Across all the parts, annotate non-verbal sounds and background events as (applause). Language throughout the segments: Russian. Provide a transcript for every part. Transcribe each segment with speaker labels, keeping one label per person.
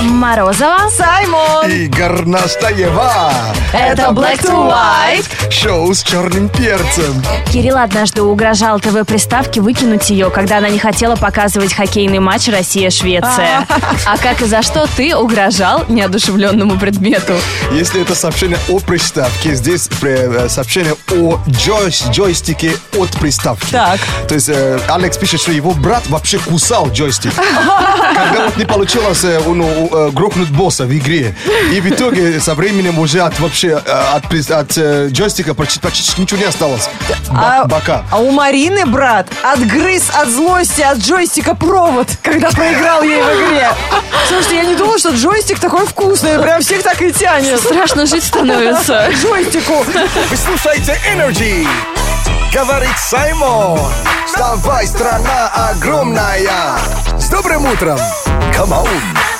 Speaker 1: Морозова.
Speaker 2: Саймон!
Speaker 3: И горнастаева.
Speaker 2: Это Black to White.
Speaker 3: Шоу с черным перцем.
Speaker 1: Кирилл однажды угрожал ТВ-приставке выкинуть ее, когда она не хотела показывать хоккейный матч Россия-Швеция. А как и за что ты угрожал неодушевленному предмету?
Speaker 3: Если это сообщение о приставке, здесь э, сообщение о джойс- джойстике от приставки.
Speaker 2: Так.
Speaker 3: То есть э, Алекс пишет, что его брат вообще кусал джойстик. Когда вот не получилось э, ну, э, грохнуть босса в игре. И в итоге со временем уже от вообще э, от, прис- от, э, джойстика почти, почти ничего не осталось. Ба-
Speaker 2: А-
Speaker 3: Бока.
Speaker 2: А у Марины, брат, отгрыз от злости от джойстика провод, когда проиграл ей в игре. Слушайте, я не думала, что джойстик такой вкусный. Прям всех так и тянет.
Speaker 1: Страшно жить становится.
Speaker 2: Джойстику.
Speaker 3: Вы слушаете Energy. Говорит Саймон. Вставай, страна огромная. С добрым утром. Камаун.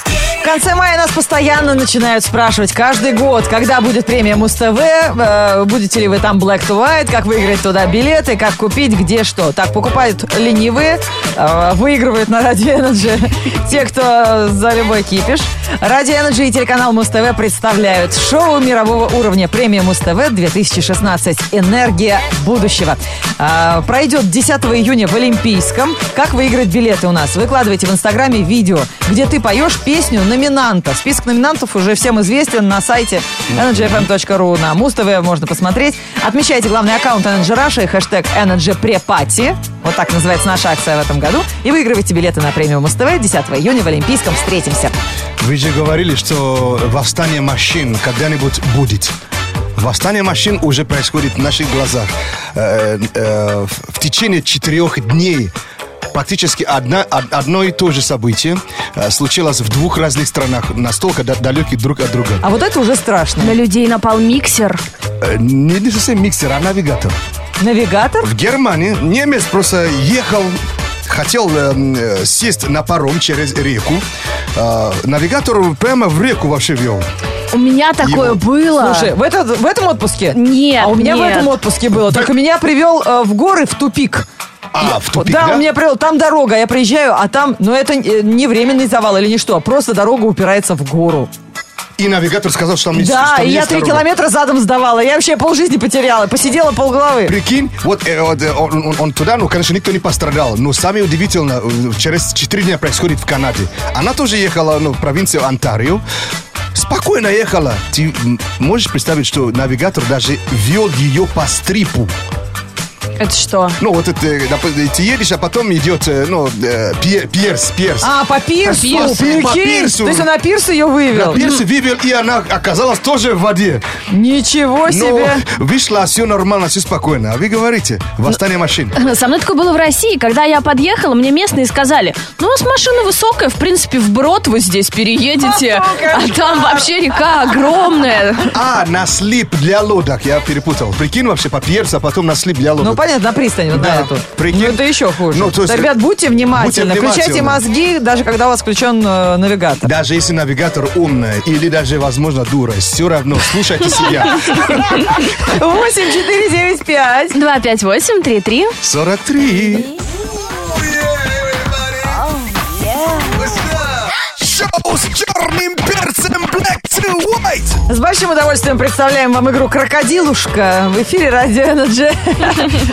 Speaker 2: В конце мая нас постоянно начинают спрашивать каждый год, когда будет премия Муз-ТВ, э, будете ли вы там Black to White, как выиграть туда билеты, как купить, где что. Так, покупают ленивые, э, выигрывают на Ради Energy (laughs) те, кто за любой кипиш. Ради Energy и телеканал Муз-ТВ представляют шоу мирового уровня премия Муз-ТВ 2016 «Энергия будущего». А, Пройдет 10 июня в Олимпийском. Как выиграть билеты у нас? Выкладывайте в Инстаграме видео, где ты поешь песню номинанта. Список номинантов уже всем известен на сайте energyfm.ru. На Муз-ТВ можно посмотреть. Отмечайте главный аккаунт Energy Russia и хэштег energyprepati. Вот так называется наша акция в этом году. И выигрывайте билеты на премию Муз-ТВ 10 июня в Олимпийском. Встретимся.
Speaker 3: Вы же говорили, что восстание машин когда-нибудь будет. Восстание машин уже происходит в наших глазах. Э, э, в в течение четырех дней практически одна, од- одно и то же событие э, случилось в двух разных странах, настолько да- далеких друг от друга.
Speaker 2: А вот это уже страшно.
Speaker 1: На людей напал миксер.
Speaker 3: Э, не, не совсем миксер, а навигатор.
Speaker 2: Навигатор?
Speaker 3: В Германии немец просто ехал, хотел эм, э, сесть на паром через реку. Э, навигатор прямо в реку вообще вел.
Speaker 1: У меня такое
Speaker 3: Его-
Speaker 1: было.
Speaker 2: Слушай, в, этот- в этом отпуске?
Speaker 1: Нет,
Speaker 2: А у меня в
Speaker 1: нет.
Speaker 2: этом отпуске было. Только меня привел э, в горы в тупик.
Speaker 3: А, в тупик,
Speaker 2: да, у меня привел. Там дорога, я приезжаю, а там, ну это э, не временный завал или не что, просто дорога упирается в гору.
Speaker 3: И навигатор сказал, что там есть-
Speaker 2: да,
Speaker 3: что
Speaker 2: и я
Speaker 3: есть
Speaker 2: три
Speaker 3: дорога.
Speaker 2: километра задом сдавала. Я вообще полжизни потеряла, посидела полглавы.
Speaker 3: Прикинь, вот, э, вот, э, он, он- он туда, ну, конечно, никто не пострадал. Но самое удивительное, э, через 4 дня происходит в Канаде. Она тоже ехала ну, в провинцию Онтарио. Спокойно ехала. Ты м, можешь представить, что навигатор даже вел ее по стрипу.
Speaker 1: Это что?
Speaker 3: Ну, вот это, э, доп- ты едешь, а потом идет, э, ну, э, пе- пирс, пирс.
Speaker 2: А, по пирсу,
Speaker 3: По пирсу,
Speaker 2: прикинь.
Speaker 3: по пирсу.
Speaker 2: То есть он на пирс ее вывел.
Speaker 3: Пирс вывел, А и она оказалась тоже в воде.
Speaker 2: Ничего
Speaker 3: Но
Speaker 2: себе.
Speaker 3: вышла, все нормально, все спокойно. А вы говорите, восстание машин.
Speaker 1: Со мной такое было в России. Когда я подъехала, мне местные сказали, ну, у вас машина высокая, в принципе, вброд вы здесь переедете.
Speaker 2: О,
Speaker 1: А
Speaker 2: кошмар.
Speaker 1: там вообще река огромная.
Speaker 3: А, на слип для лодок, я перепутал. Прикинь вообще, по пирсу, а потом на слип для лодок.
Speaker 2: Ну, понятно, на пристань вот на
Speaker 3: Да,
Speaker 2: эту.
Speaker 3: прикинь.
Speaker 2: Ну, это еще хуже.
Speaker 3: Ну, то есть-
Speaker 2: Ребят, будьте внимательны.
Speaker 3: Будьте
Speaker 2: Включайте
Speaker 3: внимательны.
Speaker 2: мозги, даже когда у вас включен э, навигатор.
Speaker 3: Даже если навигатор умная или даже, возможно, дура, все равно слушайте себя.
Speaker 2: 8495.
Speaker 1: 258-33.
Speaker 3: 43. Шоу с черным перцем Black to White.
Speaker 2: С большим удовольствием представляем вам игру «Крокодилушка» в эфире «Радио Энерджи».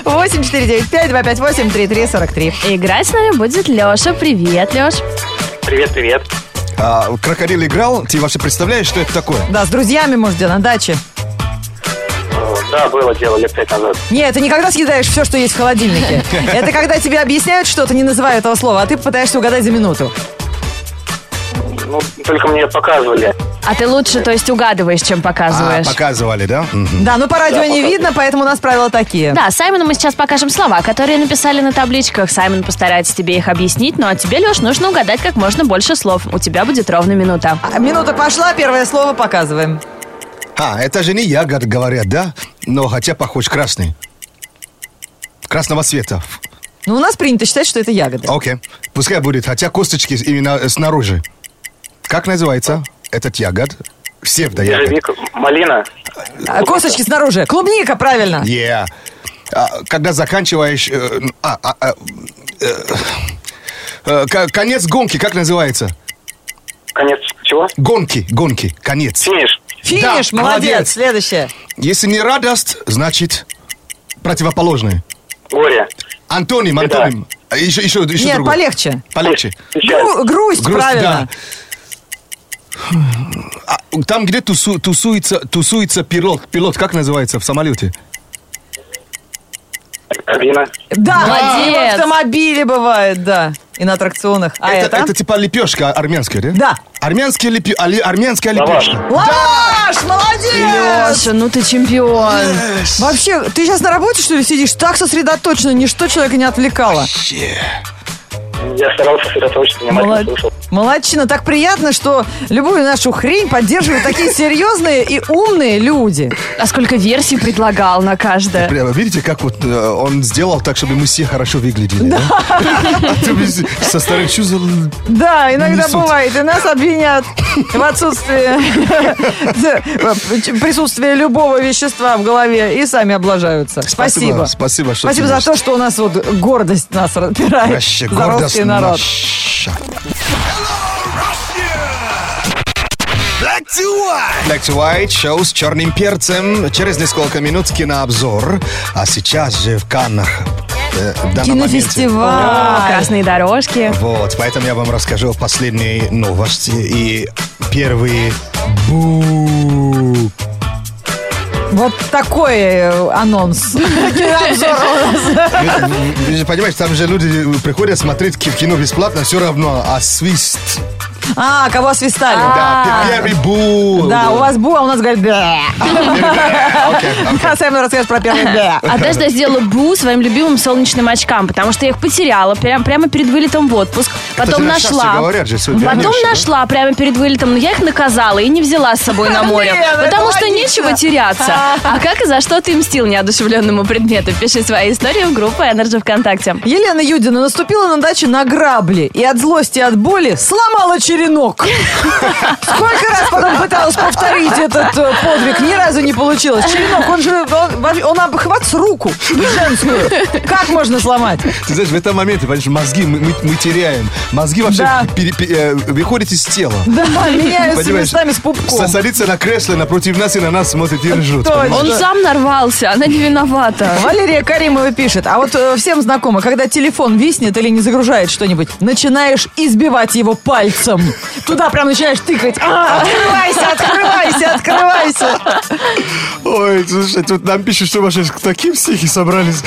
Speaker 2: 8495-258-3343.
Speaker 1: Играть с нами будет Леша. Привет, Леш.
Speaker 4: Привет, привет.
Speaker 3: А, крокодил играл, ты вообще представляешь, что это такое?
Speaker 2: Да, с друзьями, может, где на даче.
Speaker 4: Э, Да, было дело лет пять назад.
Speaker 2: Нет, ты никогда съедаешь все, что есть в холодильнике. Это когда тебе объясняют что-то, не называя этого слова, а ты пытаешься угадать за минуту.
Speaker 4: Ну, только мне показывали.
Speaker 1: А ты лучше, то есть, угадываешь, чем
Speaker 3: А,
Speaker 1: показываешь.
Speaker 3: показывали, да? Мгм.
Speaker 2: Да, ну по радио не видно, поэтому у нас правила такие.
Speaker 1: Да, Саймону мы сейчас покажем слова, которые написали на табличках. Саймон постарается тебе их объяснить, ну а тебе, Леш, нужно угадать как можно больше слов. У тебя будет ровно минута.
Speaker 2: А, Минута пошла, первое слово показываем.
Speaker 3: А, это же не ягод, говорят, да? Но хотя похож красный. Красного цвета.
Speaker 2: Ну, у нас принято считать, что это ягоды.
Speaker 3: Окей. Пускай будет, хотя косточки именно э, снаружи. Как называется этот ягод? Севдоягод.
Speaker 4: Ежевик, малина.
Speaker 2: А, Косточки снаружи. Клубника, правильно.
Speaker 3: Yeah. А, когда заканчиваешь... э, н- а, а, а, э, э, к- конец гонки, как называется?
Speaker 4: Конец Чего?
Speaker 3: Гонки, гонки, конец.
Speaker 4: Финиш.
Speaker 2: Финиш,
Speaker 3: Да,
Speaker 2: молодец.
Speaker 3: молодец.
Speaker 2: Следующее.
Speaker 3: Если не радость, значит противоположное.
Speaker 4: Горе.
Speaker 3: Антоним,
Speaker 4: Беда.
Speaker 3: антоним. А Еще, еще, еще
Speaker 2: Нет,
Speaker 3: другой.
Speaker 2: полегче.
Speaker 3: Полегче.
Speaker 4: Печаль.
Speaker 2: Гру- грусть,
Speaker 3: Грусть, да.
Speaker 2: правильно.
Speaker 3: А там, где тусу- тусуется, тусуется пилот, пилот, как называется в самолете?
Speaker 4: Кабина.
Speaker 2: Да,
Speaker 1: Молодец.
Speaker 2: и в автомобиле бывает, да. И на аттракционах. А это?
Speaker 3: типа лепешка армянская, да?
Speaker 2: Да.
Speaker 3: Армянская, лепе- али- армянская
Speaker 4: Лаваш.
Speaker 3: лепешка.
Speaker 2: Лаваш, молодец!
Speaker 1: Леша, ну ты чемпион.
Speaker 2: Вообще, ты сейчас на работе, что ли, сидишь? Так сосредоточенно, ничто человека не отвлекало.
Speaker 4: Я старался сосредоточиться, внимательно
Speaker 2: Молод-
Speaker 4: слушал.
Speaker 2: Молодчина, так приятно, что любую нашу хрень поддерживают такие серьезные и умные люди.
Speaker 1: А сколько версий предлагал на каждое?
Speaker 3: Прямо видите, как вот э, он сделал так, чтобы мы все хорошо выглядели. Да. (laughs) А то мы с- со стороны ну, чё за л-
Speaker 2: Да, иногда
Speaker 3: Несут.
Speaker 2: бывает, и нас обвинят в (laughs) отсутствии присутствия любого вещества в голове и сами облажаются.
Speaker 3: Спасибо,
Speaker 2: Спасибо.
Speaker 3: спасибо, что
Speaker 2: Спасибо
Speaker 3: ты
Speaker 2: за
Speaker 3: наш.
Speaker 2: то, что у нас вот гордость нас разбирает
Speaker 3: Вообще,
Speaker 2: за русский
Speaker 3: гордость
Speaker 2: народ.
Speaker 3: наша. Black to White, шоу с черным перцем. Через несколько минут кинообзор. А сейчас же в Каннах. э, в данном моменте.
Speaker 1: О,
Speaker 2: Кинофестиваль.
Speaker 1: красные дорожки.
Speaker 3: Вот, поэтому я вам расскажу последние новости и первые бу.
Speaker 2: Вот такой э, анонс.
Speaker 3: Вы- вы- Вы же понимаете, там же люди приходят смотреть ки- кино бесплатно, все равно, а свист.
Speaker 2: А, кого свистали? А.
Speaker 3: Да, первый бу.
Speaker 2: Да, у вас бу, а у нас говорит бля.
Speaker 3: Окей, окей.
Speaker 2: (laughs) А сами расскажешь про первый бля.
Speaker 1: А Однажды я сделала бу своим любимым солнечным очкам, потому что я их потеряла прям, прямо перед вылетом в отпуск. Потом
Speaker 3: тебе на счастье
Speaker 1: нашла.
Speaker 3: говорят же, сегодня
Speaker 1: Потом
Speaker 3: вернешься, да?
Speaker 1: нашла прямо перед вылетом, но я их наказала и не взяла с собой на море.
Speaker 2: Блин, это
Speaker 1: Потому что
Speaker 2: логично.
Speaker 1: нечего теряться. А как и за что ты мстил неодушевленному предмету? Пиши свои истории в группу Energy ВКонтакте.
Speaker 2: Елена Юдина наступила на даче на грабли и от злости и от боли сломала черенок. Сколько раз потом пыталась повторить этот э, подвиг, ни разу не получилось. Черенок, он же, он, во- он обхват с руку женскую. Как можно сломать?
Speaker 3: Ты знаешь, в этом моменте, понимаешь, мозги мы, мы- мы теряем. Мозги вообще
Speaker 2: Да.
Speaker 3: пере- пере- э, выходят из тела.
Speaker 2: Да, меняются
Speaker 3: Понимаешь,
Speaker 2: местами с пупком.
Speaker 3: садится на кресло напротив нас и на нас смотрит и ржут.
Speaker 2: Точно.
Speaker 3: понимаешь?
Speaker 1: Он
Speaker 2: Да.
Speaker 1: сам нарвался, она не виновата.
Speaker 2: Валерия Каримова пишет, а вот э, всем знакомо, когда телефон виснет или не загружает что-нибудь, начинаешь избивать его пальцем. Туда прям начинаешь тыкать. «А, открывайся, открывайся, открывайся.
Speaker 3: Ой, слушай, тут нам пишут, что ваши такие психи собрались.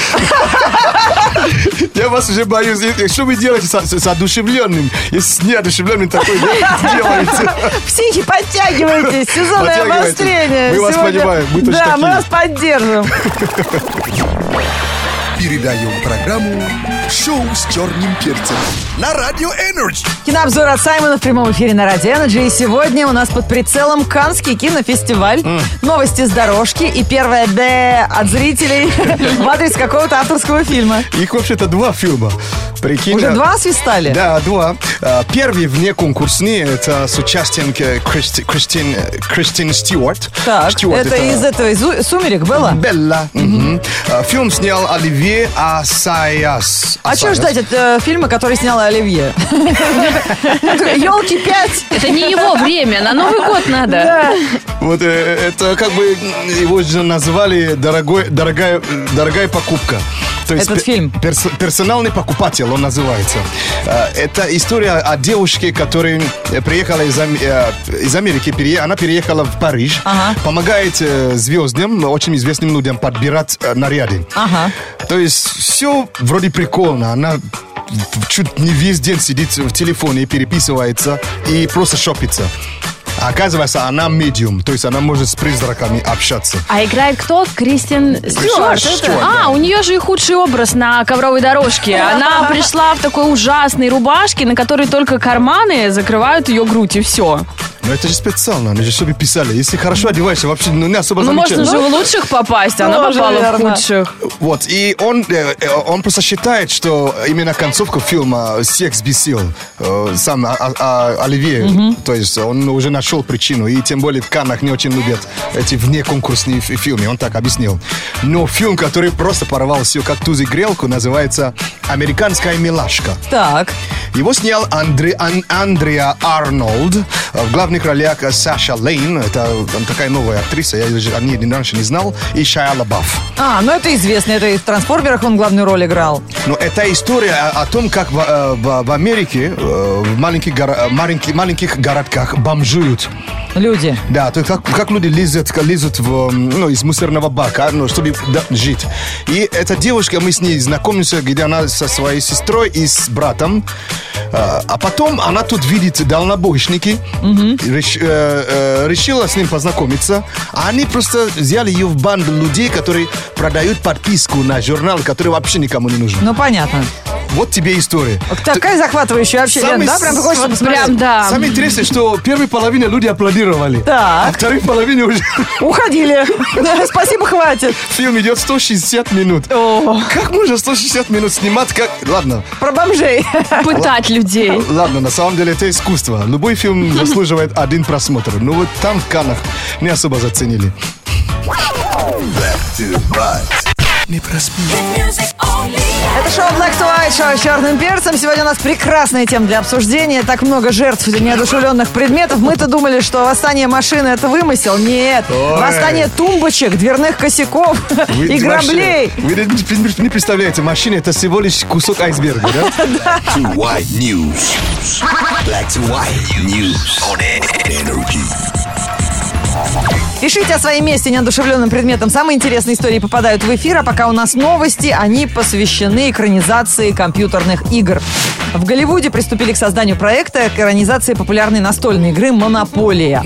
Speaker 3: Я вас уже боюсь. И- и Что вы делаете с, с- с одушевленным? И с неодушевленным такой делаете?
Speaker 2: Психи, подтягивайтесь. Сезонное
Speaker 3: Подтягивайтесь.
Speaker 2: обострение.
Speaker 3: Мы вас понимаем, мы точно
Speaker 2: Да,
Speaker 3: такие.
Speaker 2: мы вас поддержим.
Speaker 5: Передаем программу «Шоу с черным перцем» на Радио Энерджи.
Speaker 2: Кинообзор от Саймона в прямом эфире на Радио Energy. И сегодня у нас под прицелом Канский кинофестиваль. Новости с дорожки и первая Д от зрителей (laughs) в адрес какого-то авторского фильма.
Speaker 3: Их вообще-то два фильма. Прикинь.
Speaker 2: Уже
Speaker 3: а?
Speaker 2: два свистали?
Speaker 3: Да, два. А, Первый вне конкурсные, это с участием э, Кристи- Кристин, э, Кристин Стюарт.
Speaker 2: Так,
Speaker 3: Стюарт,
Speaker 2: это, из этого, из «У- «Сумерек» было?
Speaker 3: Белла. Мгм. А, Фильм снял Оливье Асаяс.
Speaker 2: А чего ждать от э, фильма, который сняла Оливье? (laughs) Елки пять!
Speaker 1: Это не его время, на Новый год надо.
Speaker 3: Вот э, это как бы м, его же назвали дорогой, дорогая, э, дорогая покупка. То
Speaker 2: Этот фильм.
Speaker 3: перс- персональный покупатель, он называется. Э, Это история о девушке, которая э, приехала из, Ам- э, из Америки. перее- Она переехала в Париж.
Speaker 2: Ага.
Speaker 3: Помогает э, звездным, очень известным людям подбирать э, наряды.
Speaker 2: Ага.
Speaker 3: То есть все вроде прикольно. Она чуть не весь день сидит в телефоне, переписывается и просто шопится. А оказывается, она медиум, то есть она может с призраками общаться.
Speaker 1: А играет кто? Кристин Стюарт.
Speaker 3: Стюарт,
Speaker 1: это?
Speaker 3: Стюарт,
Speaker 1: А, у нее же и худший образ на ковровой
Speaker 2: (laughs)
Speaker 1: дорожке. Она пришла в такой ужасной рубашке, на которой только карманы закрывают ее грудь, и все.
Speaker 3: Но это же специально, они же чтобы писали. Если хорошо одеваешься, вообще ну, не особо
Speaker 1: Ну,
Speaker 3: замечаешь.
Speaker 1: можно же в лучших попасть, а она
Speaker 2: Тоже
Speaker 1: попала в
Speaker 2: верно.
Speaker 1: худших.
Speaker 3: Вот, и он, э, э, он просто считает, что именно концовка фильма «Секс бесил» э, сам а- а- а- Оливье, то есть он уже нашел причину, и тем более в Каннах не очень любят эти внеконкурсные фи- фильмы, он так объяснил. Но фильм, который просто порвал все как туз и грелку, называется «Американская милашка».
Speaker 2: Так.
Speaker 3: Его снял Андре- Ан- Андреа Арнольд, э, В главных ролях Саша Лейн, это такая новая актриса, я её о ней раньше не знал, и Шайа Лабаф.
Speaker 2: А, ну это известно, это и в «Трансформерах» он главную роль играл.
Speaker 3: Но Ну, это история о, о том, как в, э, в- в Америке, э, в маленьких, горо- маленьких, маленьких городках бомжуют.
Speaker 2: Люди.
Speaker 3: Да, то есть как, как люди лезут, к- лезут в, м, ну, из мусорного бака, ну, чтобы да, жить. И эта девушка, мы с ней знакомимся, где она со своей сестрой и с братом. Э, А потом она тут видит дальнобойщики, реш- э, э, решила с ним познакомиться. А они просто взяли ее в банду людей, которые продают подписку на журнал, который вообще никому не нужен.
Speaker 2: Ну, понятно.
Speaker 3: Вот тебе история.
Speaker 2: Такая захватывающая вообще,
Speaker 3: Самый
Speaker 2: Лен, да? Прям
Speaker 3: с-
Speaker 2: хочется
Speaker 3: вот
Speaker 2: посмотреть.
Speaker 1: Прям, да.
Speaker 3: Самое интересное, что первой половине люди аплодировали,
Speaker 2: Так.
Speaker 3: а второй половине уже (laughs)
Speaker 2: Уходили. (laughs) Да, Спасибо, хватит.
Speaker 3: Фильм идет 160 минут.
Speaker 2: О,
Speaker 3: Как можно 160 минут снимать? Как... Ладно,
Speaker 2: про бомжей.
Speaker 1: Пытать людей.
Speaker 3: ладно, на самом деле это искусство. Любой
Speaker 2: (laughs)
Speaker 3: фильм заслуживает один просмотр. Но вот там в Канах не особо заценили.
Speaker 5: Back to right. Не проспи.
Speaker 2: Это шоу Black to White, шоу с черным перцем. Сегодня у нас прекрасная тема для обсуждения. Так много жертв неодушевленных предметов. Мы-то думали, что восстание машины это вымысел. Нет.
Speaker 3: Ой.
Speaker 2: Восстание тумбочек, дверных косяков
Speaker 3: Вы
Speaker 2: (laughs) и
Speaker 3: вообще-
Speaker 2: граблей.
Speaker 3: Вы не- не, не представляете, машина это всего лишь кусок айсберга, да?
Speaker 5: To white news. Black to white news on energy.
Speaker 2: Пишите о своем месте неодушевленным предметом. Самые интересные истории попадают в эфир, а пока у нас новости, они посвящены экранизации компьютерных игр. В Голливуде приступили к созданию проекта экранизации популярной настольной игры «Монополия».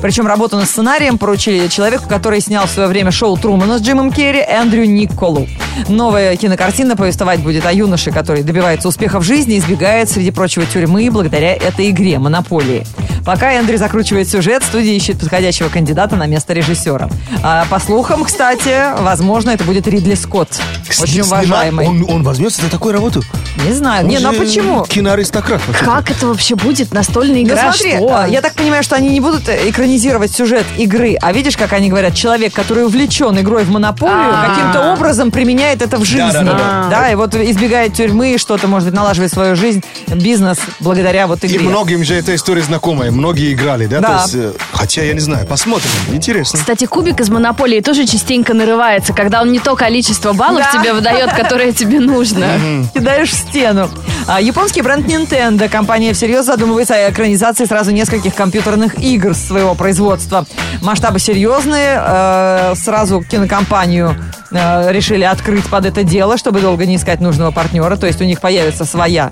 Speaker 2: Причем работу над сценарием поручили человеку, который снял в свое время шоу Трумана с Джимом Керри, Эндрю Николу. Новая кинокартина повествовать будет о юноше, который добивается успеха в жизни и избегает, среди прочего, тюрьмы благодаря этой игре «Монополии». Пока Эндрю закручивает сюжет, студия ищет подходящего кандидата на место режиссера. А, по слухам, кстати, возможно, это будет Ридли Скотт. (laughs) Очень
Speaker 3: Снимать-
Speaker 2: уважаемый.
Speaker 3: Он, он возьмется за такую работу?
Speaker 2: Не знаю.
Speaker 3: Он
Speaker 2: Не, ну а
Speaker 3: же
Speaker 2: почему?
Speaker 3: Киноаристократ. вообще-то.
Speaker 1: Как это вообще будет? Настольная
Speaker 2: Ну
Speaker 1: игра?
Speaker 2: смотри,
Speaker 1: Что?
Speaker 2: а, я так понимаю, что они не будут э, экранизировать сюжет игры, а видишь, как они говорят, человек, который увлечен игрой в монополию,
Speaker 1: А.
Speaker 2: каким-то образом применяет это в жизни.
Speaker 3: Да-да-да.
Speaker 2: Да, и вот избегает тюрьмы, что-то, может быть, налаживает свою жизнь, бизнес благодаря вот
Speaker 3: И
Speaker 2: игре.
Speaker 3: многим же эта история знакомая. Многие играли, да?
Speaker 2: Да.
Speaker 3: То есть, э, хотя я не знаю. Посмотрим. Интересно.
Speaker 1: Кстати, кубик из Монополии тоже частенько нарывается, когда он не то количество баллов
Speaker 2: Да.
Speaker 1: тебе выдает, которое тебе нужно.
Speaker 2: Кидаешь в стену. А, японский бренд Nintendo. Компания всерьез задумывается о экранизации сразу нескольких компьютерных игр своего производства. Масштабы серьезные. э, сразу кинокомпанию э, решили открыть под это дело, чтобы долго не искать нужного партнера. То есть у них появится своя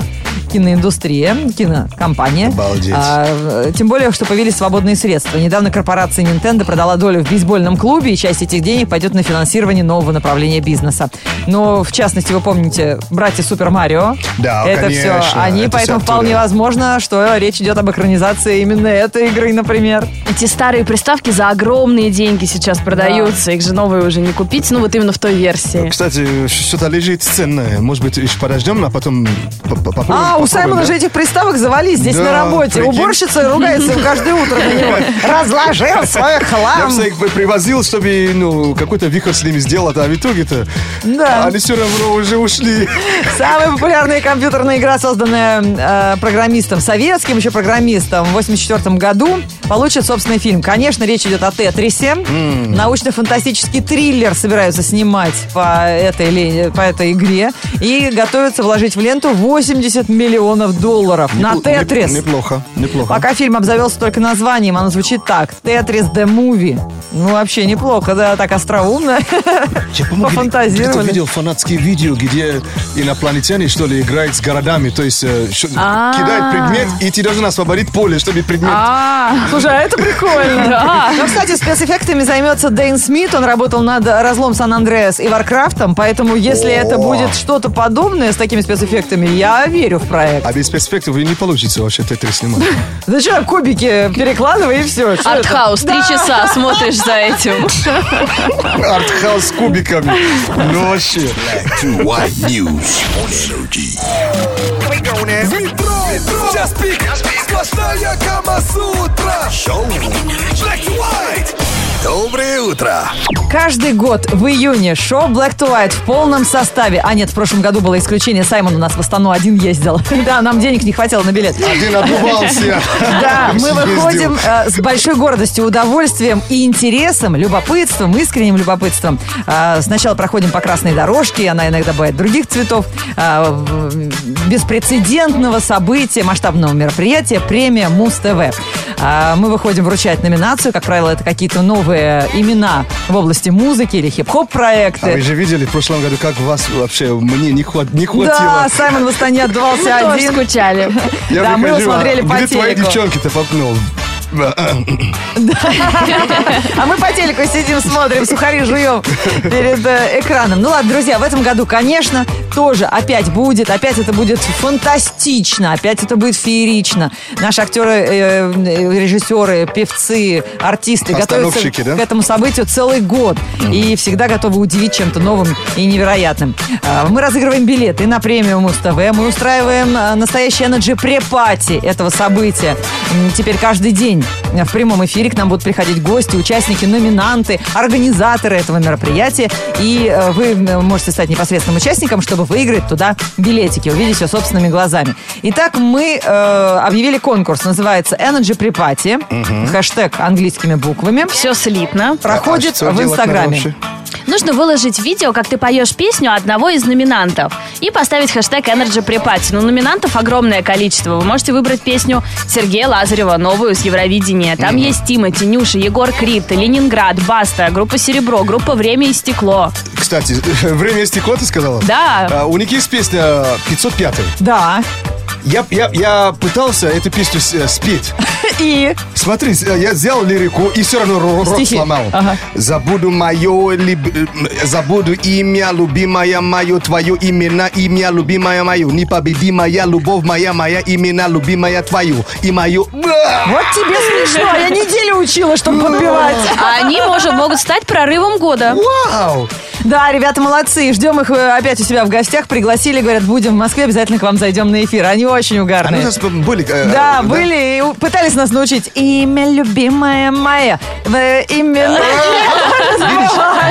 Speaker 2: киноиндустрия, кинокомпания.
Speaker 3: Обалдеть.
Speaker 2: А, э, тем более, что появились свободные средства. Недавно корпорация Nintendo продала долю в бейсбольном клубе, и часть этих денег пойдет на финансирование нового направления бизнеса. Но, в частности, вы помните «Братья Супер Марио».
Speaker 3: Да,
Speaker 2: это
Speaker 3: конечно,
Speaker 2: все они,
Speaker 3: это всё
Speaker 2: поэтому
Speaker 3: оттуда.
Speaker 2: вполне возможно, что речь идет об экранизации именно этой игры, например.
Speaker 1: Эти старые приставки за огромные деньги сейчас продаются. Их же новые уже не купить, ну вот именно в той версии.
Speaker 3: Кстати, что-то лежит ценное. Может быть, еще подождем, а потом по- по- попробуем.
Speaker 2: А, у
Speaker 3: попробуем,
Speaker 2: Саймона
Speaker 3: да?
Speaker 2: же этих приставок завались здесь
Speaker 3: Да,
Speaker 2: на работе.
Speaker 3: прикинь.
Speaker 2: Уборщица ругается каждое утро на
Speaker 3: (laughs)
Speaker 2: него. Разложил свой
Speaker 3: Я
Speaker 2: хлам.
Speaker 3: бы их привозил, чтобы ну, какой-то вихрь с ними сделал, а в итоге-то
Speaker 2: Да.
Speaker 3: они все равно уже ушли.
Speaker 2: Самая популярная компьютерная игра, созданная э, программистом, советским еще программистом, в 1984 году, получит собственный фильм. Конечно, речь идет о Тетрисе. Научно-фантастический триллер собираются снимать по этой, ли- по этой игре. И готовятся вложить в ленту 80 миллионов долларов на
Speaker 3: Неп-
Speaker 2: Тетрис.
Speaker 3: неп- Неплохо, неплохо.
Speaker 2: Пока фильм обзавелся только названием, оно звучит так. «Тетрис the Movie». Ну, вообще неплохо, да, так остроумно.
Speaker 3: Я, по-моему, где-
Speaker 2: пофантазировали.
Speaker 3: где-то видел фанатские видео, где инопланетяне, что ли, играют с городами. То есть э, щ-
Speaker 1: А.
Speaker 3: кидают предмет, и ты должен освободить поле, чтобы предмет...
Speaker 1: А,
Speaker 2: Слушай, а это прикольно.
Speaker 1: (laughs) Да.
Speaker 2: Ну, кстати, спецэффектами займется Дэйн Смит. Он работал над «Разлом Сан-Андреас» и «Варкрафтом». Поэтому, если это будет что-то подобное с такими спецэффектами, я верю в проект.
Speaker 3: А без перспективы не получится вообще Тетрис снимать.
Speaker 2: Зачем кубики перекладывай и все. Что это?
Speaker 1: артхаус, три часа смотришь за этим.
Speaker 2: (laughs)
Speaker 3: Артхаус с кубиками. Ну вообще.
Speaker 5: Black to white news on energy. Метро. Час пик. Сплошная Камасутра. Шоу. Black to white. Доброе утро.
Speaker 2: Каждый год в июне шоу Black to White в полном составе. А нет, в прошлом году было исключение. Саймон у нас в Астану один ездил. (laughs) Да, нам денег не хватило на билет.
Speaker 3: Один обувался.
Speaker 2: Да, мы
Speaker 3: Съездил.
Speaker 2: выходим э, с большой гордостью, удовольствием и интересом, любопытством, искренним любопытством. Э, Сначала проходим по красной дорожке, она иногда бывает других цветов. Э, в- Беспрецедентного события, масштабного мероприятия премия Муз-ТВ. Э, Мы выходим вручать номинацию. Как правило, это какие-то новые имена в области музыки или хип-хоп
Speaker 3: А вы
Speaker 2: проекты.
Speaker 3: же видели в прошлом году, как вас вообще мне не, хват- не хватило.
Speaker 2: Да, Саймон в Астане отдавался
Speaker 1: Мы тоже
Speaker 2: один.
Speaker 1: скучали.
Speaker 3: Ну, Я
Speaker 2: да, мы его
Speaker 3: выхожу, а
Speaker 2: смотрели по
Speaker 3: Где твои
Speaker 2: телеку.
Speaker 3: девчонки-то попнул?
Speaker 2: А мы по телеку сидим, смотрим, сухари жуем перед э, экраном. Ну ладно, друзья, в этом году, конечно, тоже опять будет. Опять это будет фантастично, опять это будет феерично. Наши актеры, э, э, режиссеры, певцы, артисты готовятся
Speaker 3: Постановщики, да?
Speaker 2: к этому событию целый год. И всегда готовы удивить чем-то новым и невероятным. А, Мы разыгрываем билеты на премию Муз ТВ. Мы устраиваем а, настоящий Energy препати этого события. М, Теперь каждый день в прямом эфире к нам будут приходить гости, участники, номинанты, организаторы этого мероприятия. И э, вы м, можете стать непосредственным участником, чтобы выиграть туда билетики, увидеть все собственными глазами. Итак, мы э, объявили конкурс. Называется Energy препати Хэштег английскими буквами.
Speaker 1: Все слитно.
Speaker 3: А
Speaker 2: Проходит в Инстаграме.
Speaker 1: Нужно выложить видео, как ты поешь песню одного из номинантов и поставить хэштег Energy Prepati. Ну, номинантов огромное количество. Вы можете выбрать песню Сергея Лазарева, новую с Евровидения. Там есть Тима, Тинюша, Егор Крипт, Ленинград, Баста, группа Серебро, группа Время и Стекло.
Speaker 3: Кстати, (laughs) время стекло, ты сказала?
Speaker 1: Да.
Speaker 3: А, У них есть песня 505.
Speaker 2: Да.
Speaker 3: Я, я, я пытался эту песню с- э, спеть.
Speaker 2: И
Speaker 3: Смотри, с- э, я взял лирику и все равно ро- рот
Speaker 2: Стихи.
Speaker 3: сломал.
Speaker 2: Ага.
Speaker 3: Забуду мое, люб- м, забуду имя, любимая мое, твое имена, имя, любимая мое, непобедимая, любовь моя, моя имена, любимая твою и а, мое.
Speaker 2: вот тебе смешно. Я неделю учила, чтобы подбивать.
Speaker 1: А они может, могут стать прорывом года.
Speaker 3: Вау!
Speaker 2: Да, ребята молодцы. Ждем их э, опять у себя в гостях. Пригласили, говорят, будем в Москве, обязательно к вам зайдем на эфир. Они очень
Speaker 3: А ну,
Speaker 2: угарные.
Speaker 3: сейчас были... э,
Speaker 2: Да,
Speaker 3: э,
Speaker 2: были и у- пытались нас научить. Имя любимая моя. В- Имя...
Speaker 3: (laughs)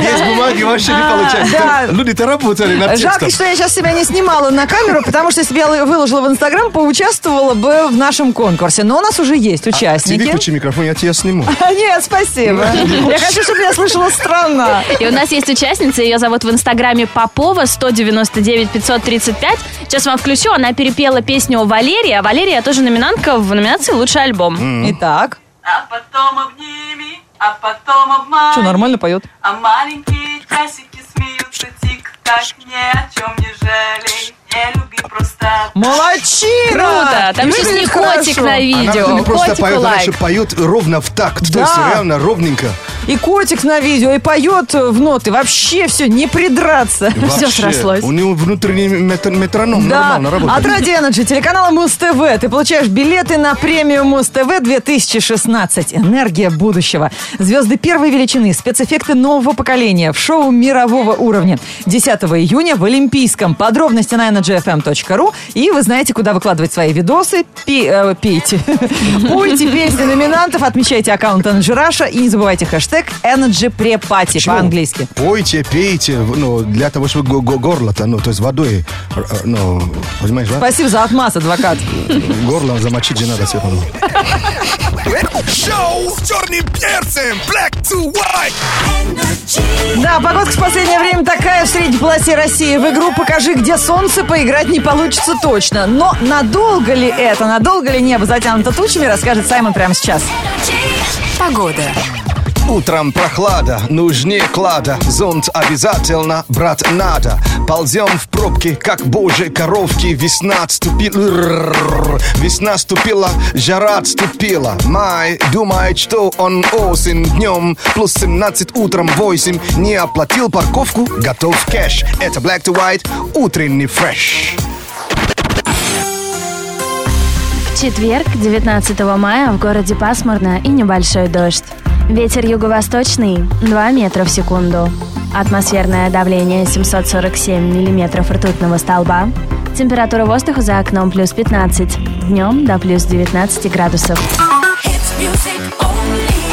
Speaker 3: Есть бумаги, вообще
Speaker 2: (laughs)
Speaker 3: не
Speaker 2: А, да.
Speaker 3: получается. Люди-то работали над
Speaker 2: Жалко,
Speaker 3: текстом.
Speaker 2: что я сейчас себя не снимала на камеру, потому что если бы я выложила в Инстаграм, поучаствовала бы в нашем конкурсе. Но у нас уже есть
Speaker 3: Ты
Speaker 2: участники.
Speaker 3: выключи микрофон, я тебя сниму.
Speaker 2: Нет, спасибо. Я хочу, чтобы я слышала странно.
Speaker 1: И у нас есть участница, ее зовут в инстаграме Попова 199 535. Сейчас вам включу, она перепела песню Валерия. Валерия тоже номинантка в номинации «Лучший альбом».
Speaker 2: Итак.
Speaker 6: А потом обними, а потом обмани.
Speaker 2: Что, нормально поет?
Speaker 6: А маленькие часики смеются тик-так, ни о чем не жалей. Не люби просто
Speaker 2: Молодчина!
Speaker 1: Круто! Там сейчас не
Speaker 2: Выглядит
Speaker 1: котик
Speaker 2: хорошо.
Speaker 1: на
Speaker 3: Она
Speaker 1: видео.
Speaker 3: не просто
Speaker 1: Котику
Speaker 3: поет, она
Speaker 1: лайк.
Speaker 3: еще поет ровно в такт. То
Speaker 2: Да.
Speaker 3: есть реально ровненько.
Speaker 2: И котик на видео, и поет в ноты. Вообще все, не придраться.
Speaker 3: Вообще.
Speaker 1: срослось.
Speaker 3: У него внутренний мет- метроном нормально
Speaker 2: от
Speaker 3: работает.
Speaker 2: Ради Energy, телеканала Муз ТВ. Ты получаешь билеты на премию Муз ТВ 2016. Энергия будущего. Звезды первой величины, спецэффекты нового поколения в шоу мирового уровня. 10 июня в Олимпийском. Подробности на energyfm.ru. И вы знаете, куда выкладывать свои видосы. Пи- э, пейте. (laughs) Пульте песни номинантов, отмечайте аккаунт Energy Russia и не забывайте хэштег Energy Prepati
Speaker 3: Почему?
Speaker 2: по-английски.
Speaker 3: Пойте, Ну, пейте, ну, для того, чтобы го- го- горло-то, ну, то есть водой, э, э, ну, понимаешь, да?
Speaker 2: Спасибо за отмаз, адвокат.
Speaker 3: Горло замочить же надо все равно.
Speaker 5: Шоу с черным перцем. Black to white.
Speaker 2: Да, погодка в последнее время такая в средней полосе России. В игру «Покажи, где солнце» поиграть не получится точно. Но надолго ли это, надолго ли небо затянуто тучами, расскажет Саймон прямо сейчас.
Speaker 3: Утром прохлада, нужнее клада, зонт обязательно, брат, надо. Ползем в пробке, как божьи коровки, весна отступила, весна ступила, жара отступила. Май думает, что он осень днем, плюс 17 утром 8, не оплатил парковку, готов кэш. Это Black to White, утренний фреш.
Speaker 1: В четверг, 19 мая, в городе пасмурно и небольшой дождь. Ветер юго-восточный 2 метра в секунду. Атмосферное давление 747 миллиметров ртутного столба. Температура воздуха за окном плюс 15. Днем до плюс 19 градусов.
Speaker 7: Hits music only.